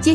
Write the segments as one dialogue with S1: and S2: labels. S1: 接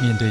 S2: 面对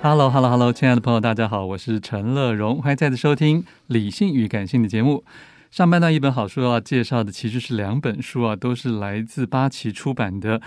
S2: Hello，Hello，Hello，hello, hello, 亲爱的朋友，大家好，我是陈乐荣，欢迎再次收听《理性与感性》的节目。上半段一本好书要、啊、介绍的其实是两本书啊，都是来自八旗出版的，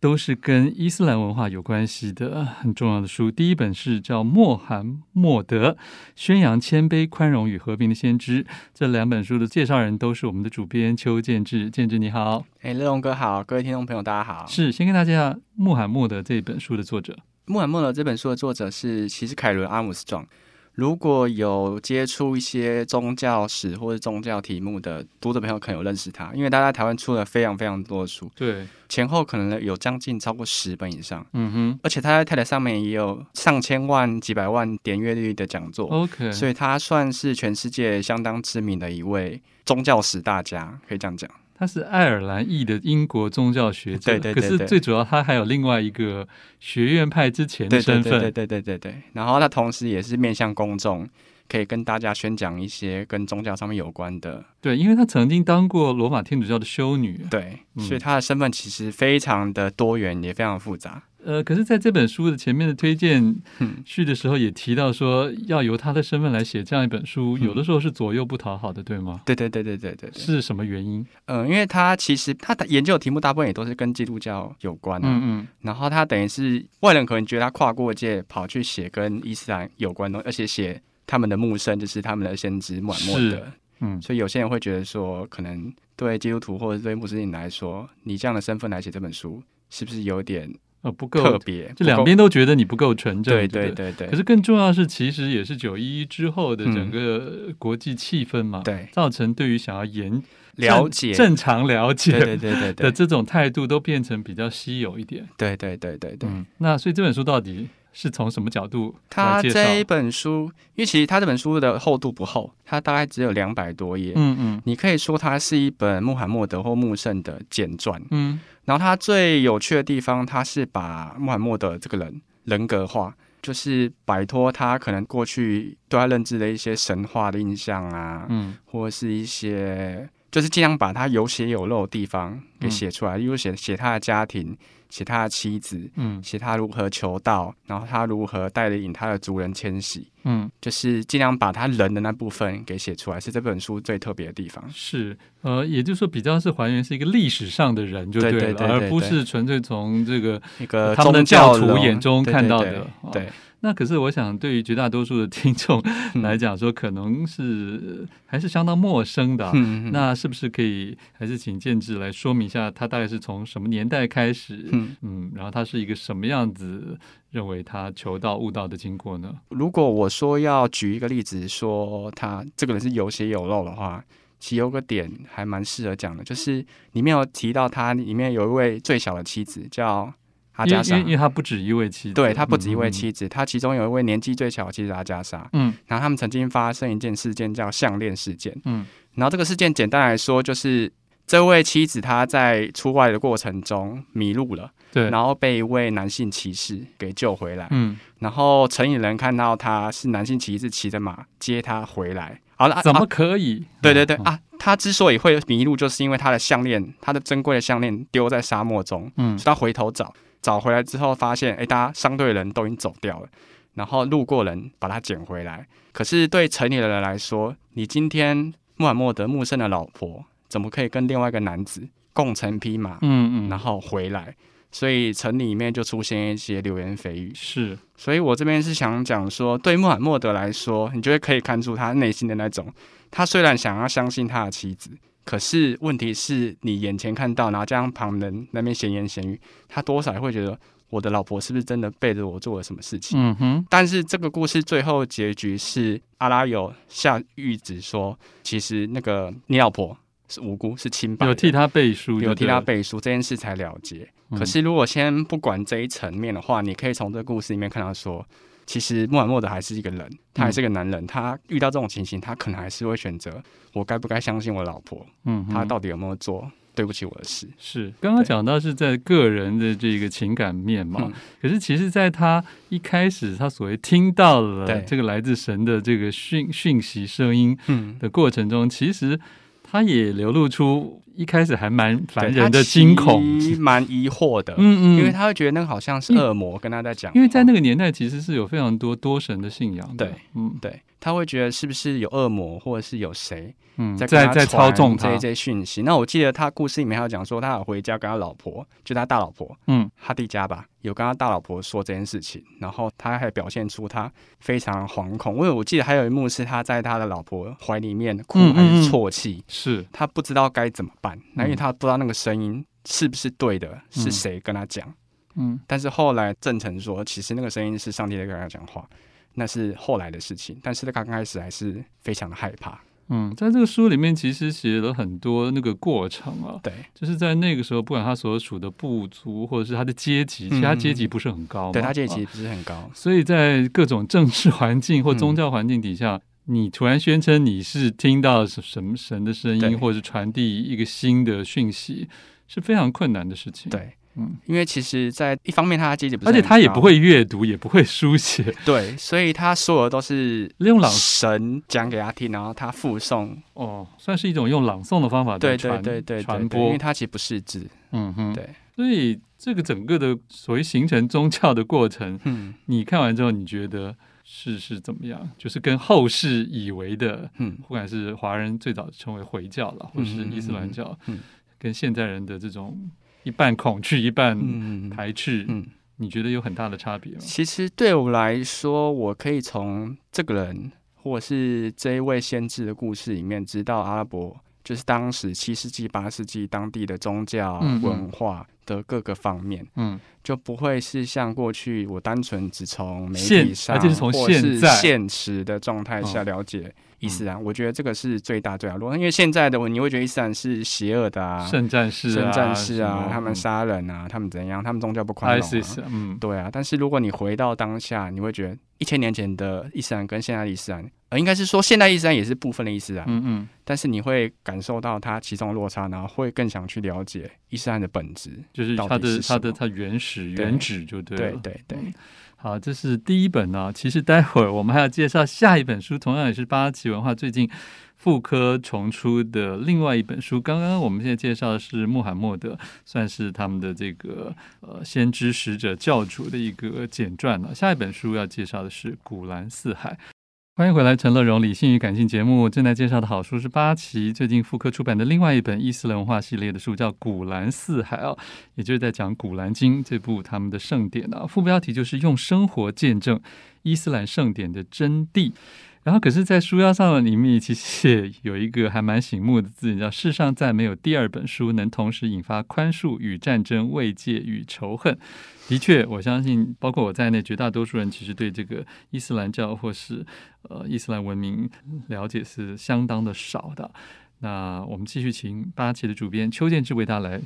S2: 都是跟伊斯兰文化有关系的很重要的书。第一本是叫《穆罕默德：宣扬谦卑、宽容与和平的先知》。这两本书的介绍人都是我们的主编邱建志，建志你好，
S3: 哎，乐荣哥好，各位听众朋友大家好。
S2: 是先跟大家介绍《穆罕默德》这本书的作者。
S3: 《穆罕默德》这本书的作者是其实凯伦·阿姆斯壮。如果有接触一些宗教史或者宗教题目的读者朋友，可能有认识他，因为他在台湾出了非常非常多的书，
S2: 对，
S3: 前后可能有将近超过十本以上。
S2: 嗯哼，
S3: 而且他在泰台上面也有上千万、几百万点阅率的讲座。
S2: OK，
S3: 所以他算是全世界相当知名的一位宗教史大家，可以这样讲。
S2: 他是爱尔兰裔的英国宗教学者，
S3: 对对,对,
S2: 可
S3: 对，
S2: 是最主要他还有另外一个学院派之前的身份，
S3: 对,对对对对对对。然后他同时也是面向公众，可以跟大家宣讲一些跟宗教上面有关的。
S2: 对，因为他曾经当过罗马天主教的修女，
S3: 对，嗯、所以他的身份其实非常的多元，也非常复杂。嗯
S2: 呃，可是，在这本书的前面的推荐序的时候，也提到说，要由他的身份来写这样一本书，有的时候是左右不讨好的，对吗？
S3: 对对对对对嗯对,对，
S2: 是什么原因？
S3: 嗯、呃，因为他其实他的研究的题目大部分也都是跟基督教有关、啊，
S2: 嗯嗯，
S3: 然后他等于是外人可能觉得他跨过界跑去写跟伊斯兰有关的，而且写他们的牧圣就是他们的先知穆罕默德。
S2: 嗯，
S3: 所以有些人会觉得说，可能对基督徒或者对穆斯林来说，你这样的身份来写这本书，是不是有点？
S2: 呃，不够
S3: 特别，
S2: 这两边都觉得你不够纯正，
S3: 对对对对。嗯
S2: 可是更重要是，其实也是九一一之后的整个国际气氛嘛，嗯、
S3: 对，
S2: 造成对于想要研
S3: 了解
S2: 正常了解，
S3: 对对对对
S2: 的这种态度都变成比较稀有一点，
S3: 对对对对对。嗯、
S2: 那所以这本书到底？是从什么角度？
S3: 他这一本书，因为其实他这本书的厚度不厚，它大概只有两百多页。
S2: 嗯嗯，
S3: 你可以说它是一本穆罕默德或穆圣的简传。
S2: 嗯，
S3: 然后它最有趣的地方，它是把穆罕默德这个人人格化，就是摆脱他可能过去对他认知的一些神话的印象啊，
S2: 嗯，
S3: 或是一些就是尽量把他有血有肉的地方
S2: 嗯
S3: 给写出来，例如写写他的家庭。写他的妻子，
S2: 嗯，
S3: 写他如何求道，然后他如何带领他的族人迁徙，
S2: 嗯，
S3: 就是尽量把他人的那部分给写出来，是这本书最特别的地方。
S2: 是，呃，也就是说，比较是还原是一个历史上的人就
S3: 对
S2: 了，
S3: 对对对
S2: 而不是纯粹从这个
S3: 一个
S2: 他们的教徒眼中看到的。
S3: 对、哦，
S2: 那可是我想，对于绝大多数的听众来讲说，说、嗯、可能是呃还是相当陌生 的、啊
S3: 嗯。
S2: 那是不是可以还是请建志来说明一下，他大概是从什么年代开始？
S3: 嗯
S2: 嗯，然后他是一个什么样子？认为他求道悟道的经过呢？
S3: 如果我说要举一个例子，说他这个人是有血有肉的话，其实有个点还蛮适合讲的，就是里面有提到他里面有一位最小的妻子叫阿加莎，
S2: 因为因为他不止一位妻子，
S3: 对他不止一位妻子，嗯、他其中有一位年纪最小的妻子阿加莎，
S2: 嗯，
S3: 然后他们曾经发生一件事件叫项链事件，
S2: 嗯，
S3: 然后这个事件简单来说就是。这位妻子她在出外的过程中迷路了，
S2: 对，
S3: 然后被一位男性骑士给救回来，
S2: 嗯，
S3: 然后城里人看到她是男性骑士骑着马接她回来，好了，啊
S2: 怎么
S3: 啊
S2: 可以？
S3: 对对对
S2: 嗯，
S3: 啊，他之所以会迷路，就是因为他的项链，他的珍贵的项链丢在沙漠中，
S2: 嗯
S3: 所以他回头找，找回来之后发现，哎，大家相对的人都已经走掉了，然后路过人把他捡回来。可是对成年人来说，你今天穆罕默德穆圣的老婆，怎么可以跟另外一个男子共乘匹马，
S2: 嗯嗯，
S3: 然后回来？所以城里面就出现一些流言蜚语，
S2: 是
S3: 所以我这边是想讲说，对穆罕默德来说，你就会可以看出他内心的那种，他虽然想要相信他的妻子，可是问题是你眼前看到，然后加上旁人那边闲言闲语，他多少也会觉得我的老婆是不是真的背着我做了什么事情？
S2: 嗯哼，
S3: 但是这个故事最后结局是阿拉有下谕旨说，其实那个你老婆是无辜，是清白的，
S2: 有替他背书，
S3: 有替他，背书这件事才了结。
S2: 嗯
S3: 可是如果先不管这一层面的话，你可以从这个故事里面看到说，其实穆罕默德还是一个人，
S2: 嗯
S3: 他还是个男人，他遇到这种情形，他可能还是会选择我该不该相信我老婆，
S2: 嗯哼，
S3: 她到底有没有做对不起我的事。
S2: 是刚刚讲到是在个人的这个情感面嘛，
S3: 嗯
S2: 可是其实，在他一开始，他所谓听到了
S3: 对
S2: 这个来自神的这个讯讯息声音
S3: 嗯，
S2: 的过程中，其实他也流露出一开始还蛮
S3: 对
S2: 烦人的惊恐，，
S3: 他其实蛮疑惑的，
S2: 嗯嗯，
S3: 因为他会觉得那个好像是恶魔跟他在讲话，
S2: 因为在那个年代其实是有非常多多神的信仰的，
S3: 对，
S2: 嗯
S3: 对他会觉得是不是有恶魔，或者是有谁
S2: 嗯，
S3: 在
S2: 在
S3: 跟他
S2: 在操
S3: 传
S2: 纵
S3: 这
S2: 他
S3: 一，些讯息。那我记得他故事里面还有讲说，他有回家跟他老婆，就他大老婆
S2: 嗯
S3: 哈蒂家吧，有跟他大老婆说这件事情，然后他还表现出他非常惶恐，因为我记得还有一幕是他在他的老婆怀里面哭
S2: 嗯嗯
S3: 还
S2: 嗯
S3: 是啜泣，
S2: 是，
S3: 他不知道该怎么办，那因为他不知道那个声音是不是对的，是
S2: 嗯
S3: 谁跟他讲。
S2: 嗯
S3: 但是后来郑成说，其实那个声音是上帝在跟他讲话，那是后来的事情。但是他刚开始还是非常的害怕，
S2: 嗯，在这个书里面其实写了很多那个过程啊，
S3: 对
S2: 就是在那个时候，不管他所属的部族或者是他的阶级，
S3: 嗯
S2: 其实他阶级不是很高嘛，
S3: 对，他阶级
S2: 啊
S3: 不是很高，
S2: 所以在各种政治环境或
S3: 嗯
S2: 宗教环境底下，你突然宣称你是听到什什么神的声
S3: 对
S2: 音，或者是传递一个新的讯息，是非常困难的事情。，
S3: 对。
S2: 嗯，
S3: 因为其实，在一方面，他的阶级不是
S2: 而
S3: 很高，
S2: 且他也不会阅读，也不会书写，
S3: 对，所以他所有都是
S2: 用朗
S3: 神讲给他听，然后他附送，
S2: 哦，算是一种用朗诵的方法在
S3: 对
S2: 传
S3: 对对对对，
S2: 传
S3: 对因
S2: 播
S3: 为。他其实不识字，
S2: 嗯哼，
S3: 对，
S2: 所以这个整个的所谓形成宗教的过程，
S3: 嗯
S2: 你看完之后，你觉得是是怎么样？就是跟后世以为的，
S3: 嗯
S2: 不管是华人最早成为回教了，或
S3: 嗯
S2: 是伊斯兰教，
S3: 嗯嗯
S2: 跟现代人的这种一半恐惧一半
S3: 嗯嗯
S2: 排斥，
S3: 嗯。
S2: 你觉得有很大的差别吗？
S3: 其实对我来说，我可以从这个人或者是这一位先知的故事里面知道阿拉伯，就是当时七世纪、八世纪当地的宗教
S2: 嗯嗯
S3: 文化的各个方面，
S2: 嗯
S3: 就不会是像过去我单纯只从媒
S2: 现
S3: 体上，
S2: 而且是从
S3: 或者
S2: 现
S3: 是
S2: 在
S3: 现实的状态下
S2: 嗯
S3: 了解伊斯兰。我觉得这个是最大最大的落差，因为现在的我你会觉得伊斯兰是邪恶的啊，
S2: 圣战士啊，
S3: 圣战士
S2: 什
S3: 啊
S2: 么，
S3: 他们杀人啊，他们怎样，他们宗教
S2: 嗯
S3: 不宽容、啊。
S2: ISIS，嗯，
S3: 对啊，但是如果你回到当下，你会觉得一千年前的伊斯兰跟现在的伊斯兰，呃，应该是说现代伊斯兰也是部分的伊斯兰，
S2: 嗯嗯，
S3: 但是你会感受到它其中的落差，然后会更想去了解伊斯兰的本质。
S2: 就是
S3: 到底
S2: 它的
S3: 是什
S2: 它
S3: 么
S2: 的它原始
S3: 对
S2: 原址就对啊了，
S3: 对对对，
S2: 好，这是第一本呢、其实待会儿我们还要介绍下一本书，同样也是八旗文化最近复刻重出的另外一本书。刚刚我们现在介绍的是穆罕默德，算是他们的这个呃先知使者教主的一个简传了、下一本书要介绍的是《古兰四海》。欢迎回来，陈乐荣理性与感性节目正在介绍的好书是八旗最近复刻出版的另外一本伊斯兰文化系列的书，叫《古兰四海》哦，也就是在讲《古兰经》这部他们的圣典啊。副标题就是用生活见证伊斯兰圣典的真谛。然后，可是，在书腰上的里面，其实也有一个还蛮醒目的字，你知道，世上再没有第二本书能同时引发宽恕与战争、慰藉与仇恨。的确，我相信，包括我在内，绝大多数人其实对这个伊斯兰教或是呃伊斯兰文明了解是相当的少的。那我们继续请八旗的主编邱建志为大家来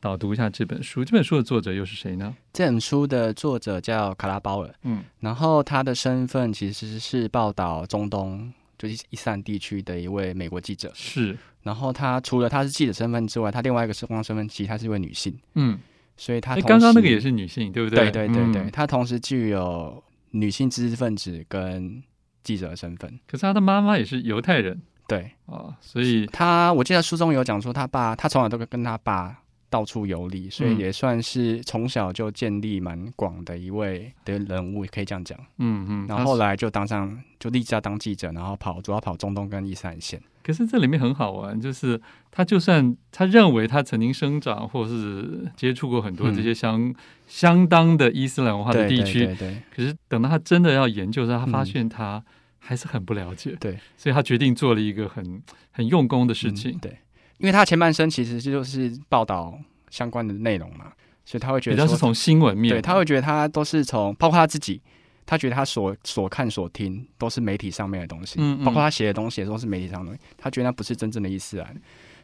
S2: 导读一下这本书。这本书的作者又是谁呢？
S3: 这本书的作者叫卡拉包尔，
S2: 嗯
S3: 然后他的身份其实是报道中东，就是伊斯兰地区的一位美国记者。
S2: 是，
S3: 然后他除了他是记者身份之外，他另外一个身光身份其实他是一位女性，
S2: 嗯，
S3: 所以他
S2: 哎，刚刚那
S3: 同
S2: 个
S3: 时
S2: 也是女性，对不嗯
S3: 对
S2: 对
S3: 对对对，
S2: 嗯
S3: 它同时具有女性知识分子跟记者的身份。
S2: 可是他的妈妈也是犹太人
S3: 对
S2: 啊，所以
S3: 他，我记得书中有讲说，他爸他从小都跟他爸到处游历，所以
S2: 嗯
S3: 也算是从小就建立蛮广的一位的人物，也可以这样讲。
S2: 嗯嗯，
S3: 然
S2: 他
S3: 后后来就当上，就立志要当记者，然后跑主要跑中东跟伊斯兰线。
S2: 可是这里面很好玩，就是他就算他认为他曾经生长或是接触过很多
S3: 嗯
S2: 这些相、相当的伊斯兰文化的
S3: 对
S2: 地
S3: 对
S2: 区，
S3: 对对
S2: 可是等到他真的要研究的时候，他
S3: 嗯
S2: 发现他还是很不了解，
S3: 对，
S2: 所以他决定做了一个很很用功的事
S3: 嗯
S2: 情，
S3: 对，因为他前半生其实就是报道相关的内容嘛，所以他会觉
S2: 比
S3: 得
S2: 较
S3: 说
S2: 是从新闻面，
S3: 对，他会觉得他都是从，包括他自己，他觉得他所所看所听都是媒体上面的东西，
S2: 嗯嗯
S3: 包括他写的东西也都是媒体上的东西，他觉得那不是真正的伊斯兰。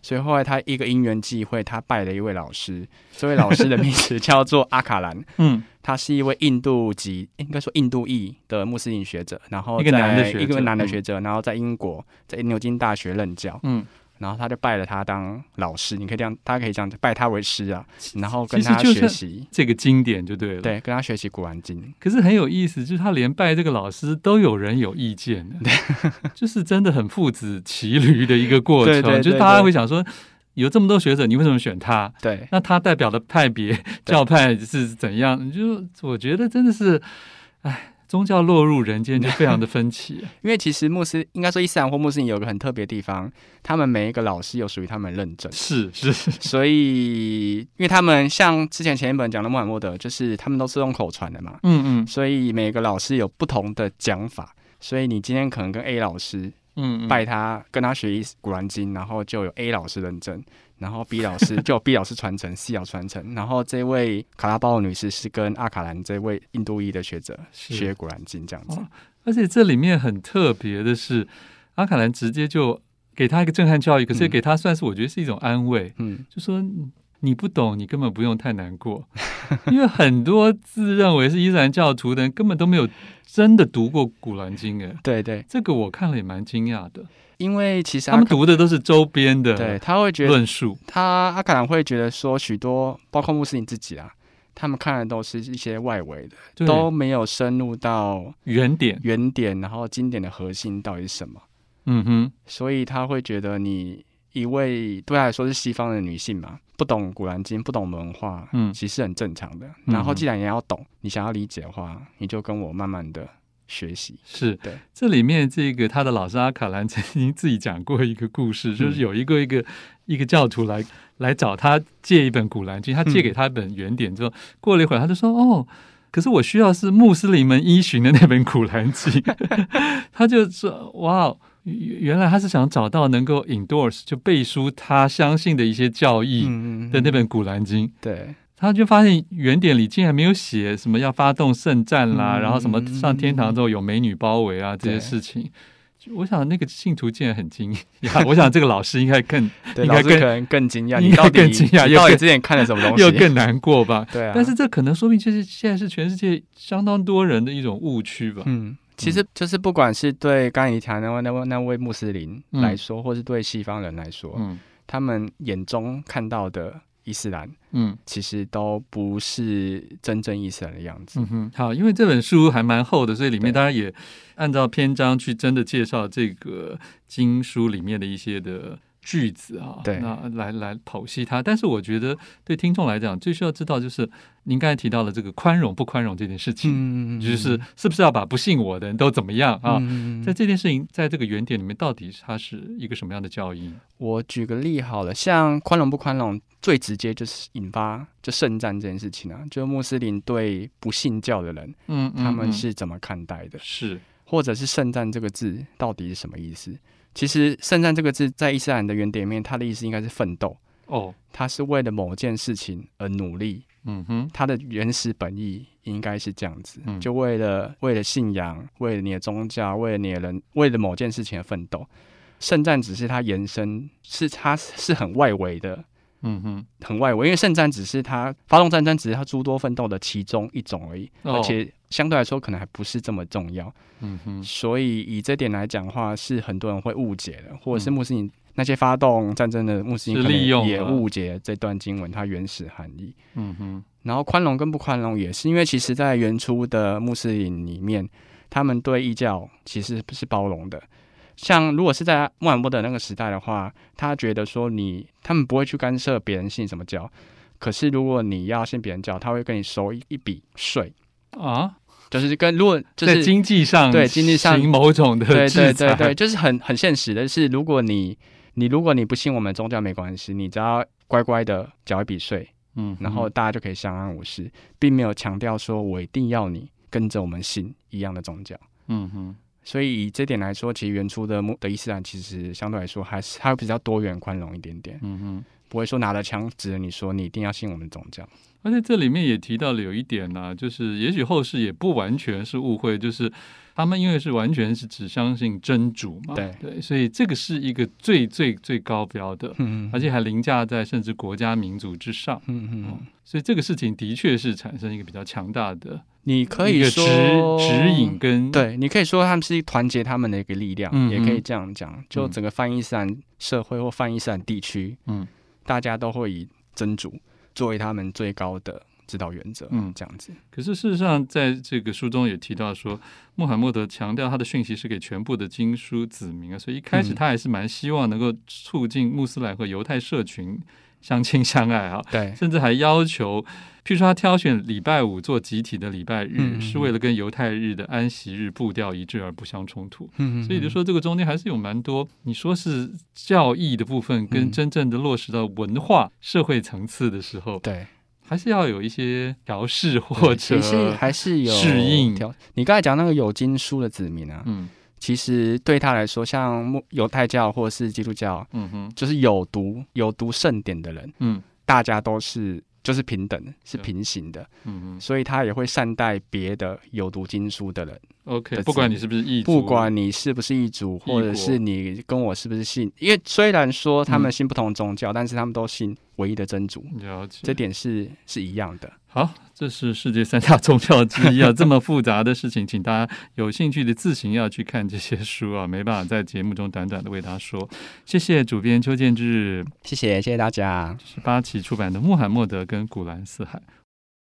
S3: 所以后来他一个因缘际会，他拜了一位老师，这位老师的名字叫做阿卡兰，
S2: 嗯
S3: 他是一位印度籍，应该说印度裔的穆斯林学者，然后
S2: 一个男的
S3: 在
S2: 学
S3: 一个
S2: 者
S3: 男的
S2: 嗯
S3: 学者，然后在英国在牛津大学任教，
S2: 嗯，
S3: 然后他就拜了他当老师，你可以这样，大家可以这样拜他为师啊，然后跟
S2: 其实
S3: 他
S2: 就
S3: 学
S2: 是
S3: 习，
S2: 这个经典就对了。，
S3: 对，跟他学习古兰经。
S2: 可是很有意思，就是他连拜这个老师都有人有意见呢， 就是真的很父子骑驴的一个过程，
S3: 对对对
S2: 就是大家会想说。有这么多学者，你为什么选 他？
S3: 对，
S2: 那他代表的派别教派是怎样？你就我觉得真的是，哎，宗教落入人间就非常的分 歧。，
S3: 因为其实穆斯应该说伊斯兰或穆斯林有个很特别的地方，他们每一个老师有属于他们的认证
S2: 是是，
S3: 所以因为他们像之前前一本讲的穆罕默德，就是他们都是用口传的嘛，
S2: 嗯嗯
S3: 所以每个老师有不同的讲法。所以你今天可能跟 A 老师
S2: 嗯，嗯
S3: 拜他，跟他学伊斯古兰经，然后就有 A 老师认证，然后 B 老师就有 B 老师传承，C 老师传承，然后这位卡拉包的女士是跟阿卡兰这位印度裔的学者
S2: 是哦
S3: 学古兰经这样子
S2: 哇。而且这里面很特别的是，阿卡兰直接就给他一个震撼教育，可是也
S3: 嗯
S2: 给他算是我觉得是一种安慰，
S3: 嗯，
S2: 就说嗯你不懂，你根本不用太难过， 因为很多自认为是伊斯兰教徒的人根本都没有真的读过《古兰经》哎。
S3: 对对，
S2: 这个我看了也蛮惊讶的，
S3: 因为其实
S2: 他
S3: 阿
S2: 们
S3: 卡
S2: 读的都是周边的
S3: 对他会觉得
S2: 论述，
S3: 他阿卡兰会觉得说，许多包括穆斯林自己啊，他们看的都是一些外围的，
S2: 对
S3: 都没有深入到
S2: 原点，
S3: 原点，然后经典的核心到底是什么，
S2: 嗯哼，
S3: 所以他会觉得你一位对他来说是西方的女性嘛，不懂古兰经，不懂文化，
S2: 嗯
S3: 其实很正常的。
S2: 嗯
S3: 然后既然也要懂，你想要理解的话，你就跟我慢慢的学习。
S2: 是
S3: 对
S2: 这里面这个他的老师阿卡兰曾经自己讲过一个故事，就是有一个一个一个教徒来来找他借一本古兰经，他借给他一本原点之后，过了一会儿他就说哦。可是我需要是穆斯林们依循的那本古兰经，他就说：“哇，原原来他是想找到能够 endorse 就背书他相信的一些教义
S3: 嗯
S2: 的那本古兰经。
S3: 对
S2: 他就发现原点里竟然没有写什么要发动圣战啦，
S3: 嗯
S2: 然后什么上天堂之后有美女包围啊这些事情。就我想那个信徒竟然很惊 讶，我想这个老师应该更
S3: 对，
S2: 应该
S3: 老师
S2: 更
S3: 可能更惊讶，
S2: 应
S3: 你
S2: 该
S3: 到底
S2: 更惊讶
S3: 你
S2: 又
S3: 到底
S2: 更
S3: 之前看了什么东西？
S2: 又更难过吧。
S3: 哦对啊，
S2: 但是这可能说明这是现在是全世界相当多人的一种误区吧。
S3: 嗯，其实就是不管是对刚才你谈的那位那位那位穆斯林
S2: 嗯
S3: 来说，或是对西方人来说，
S2: 嗯
S3: 他们眼中看到的伊斯兰，
S2: 嗯
S3: 其实都不是真正伊斯兰的样子。
S2: 嗯哼，好，因为这本书还蛮厚的，所以里面
S3: 对
S2: 当然也按照篇章去真的介绍这个经书里面的一些的句子啊，
S3: 对
S2: 那来来剖析它。但是我觉得对听众来讲，最需要知道就是您刚才提到的这个宽容不宽容这件事情，
S3: 嗯
S2: 就是是不是要把不信我的人都怎么样啊？
S3: 嗯
S2: 在这件事情，在这个原点里面，到底它是一个什么样的教义？
S3: 我举个例好了，像宽容不宽容，最直接就是引发就圣战这件事情啊，就是穆斯林对不信教的人，
S2: 嗯，嗯
S3: 他们
S2: 嗯
S3: 是怎么看待的？
S2: 是
S3: 或者是“圣战”这个字到底是什么意思？其实“圣战”这个字在伊斯兰的原点里面，它的意思应该是奋斗，
S2: 哦，
S3: 它是为了某件事情而努力，
S2: 嗯哼，
S3: 它的原始本意应该是这样子
S2: 嗯，
S3: 就为了为了信仰，为了你的宗教，为了你的人，为了某件事情而奋斗。圣战只是它延伸，是它是很外围的，
S2: 嗯哼，
S3: 很外围，因为圣战只是它发动战争，只是它诸多奋斗的其中一种而已，
S2: 哦
S3: 而且相对来说可能还不是这么重要。
S2: 嗯哼，
S3: 所以以这点来讲的话，是很多人会误解的，或者是
S2: 嗯
S3: 穆斯林那些发动战争的穆斯林
S2: 是
S3: 可能
S2: 利用
S3: 也
S2: 了
S3: 误解这段经文它原始含义。
S2: 嗯哼，
S3: 然后宽容跟不宽容也是，因为其实在原初的穆斯林里面，他们对异教其实是包容的。像如果是在穆罕默德那个时代的话，他觉得说你他们不会去干涉别人信什么教，可是如果你要信别人教，他会跟你收一一笔税，
S2: 啊，
S3: 就是跟如果就
S2: 在
S3: 是
S2: 经济上
S3: 对经济上
S2: 行某种的
S3: 对对
S2: 制裁，
S3: 对对，就是很很现实的是，如果你你如果你不信我们宗教没关系，你只要乖乖的缴一笔税，
S2: 嗯，
S3: 然后大家就可以相安无事，并没有强调说我一定要你跟着我们信一样的宗教。
S2: 嗯哼，
S3: 所以以这点来说，其实原初的穆的伊斯兰其实相对来说还是它会比较多元宽容一点点，
S2: 嗯哼。
S3: 不会说拿着枪指着你说你一定要信我们宗教。
S2: 而且这里面也提到了有一点呢、就是也许后世也不完全是误会，就是他们因为是完全是只相信真主嘛，
S3: 对
S2: 所以这个是一个最最最高标的，
S3: 嗯
S2: 而且还凌驾在甚至国家民族之上。
S3: 嗯嗯，
S2: 所以这个事情的确是产生一个比较强大的
S3: 你可
S2: 一
S3: 以
S2: 个
S3: 说
S2: 指指引跟，
S3: 对，你可以说他们是团结他们的一个力量，
S2: 嗯
S3: 也可以
S2: 嗯
S3: 这样讲。就
S2: 嗯
S3: 整个泛伊斯兰社会或泛伊斯兰地区，
S2: 嗯
S3: 大家都会以真主作为他们最高的指导原则，
S2: 嗯
S3: 这样子。
S2: 可是事实上，在这个书中也提到说，穆罕默德强调他的讯息是给全部的经书子民啊，所以一开始
S3: 嗯
S2: 他还是蛮希望能够促进穆斯兰和犹太社群相亲相爱啊，
S3: 对，
S2: 甚至还要求，譬如说他挑选礼拜五做集体的礼拜日，
S3: 嗯嗯嗯
S2: 是为了跟犹太日的安息日步调一致而不相冲突。
S3: 嗯
S2: 所以就说这个中间还是有蛮多，你说是教义的部分跟
S3: 嗯
S2: 真正的落实到文化社会层次的时候，
S3: 对，
S2: 还是要有一些调试或者
S3: 其实还是有
S2: 适应
S3: 调。你刚才讲那个有经书的子民啊，
S2: 嗯
S3: 其实对他来说，像穆犹太教或是基督教，
S2: 嗯哼
S3: 就是有读有读圣典的人，
S2: 嗯
S3: 大家都是就是平等的，是
S2: 对
S3: 平行的。
S2: 嗯嗯
S3: 所以他也会善待别的有读经书的人，
S2: ，OK，
S3: 的
S2: 不管你是不是异族，
S3: 不管你是不是异族，或者是你跟我是不是信，因为虽然说他
S2: 嗯
S3: 们信不同宗教，但是他们都信唯一的真主，
S2: 了解
S3: 这点是是一样的。
S2: 好，这是世界三大宗教之 一啊，这么复杂的事情，请大家有兴趣的自行要去看这些书啊，没办法在节目中短短的为大家说。谢谢主编邱建志，
S3: 谢谢，谢谢大家，
S2: 是八旗出版的《穆罕默德跟古兰四海》，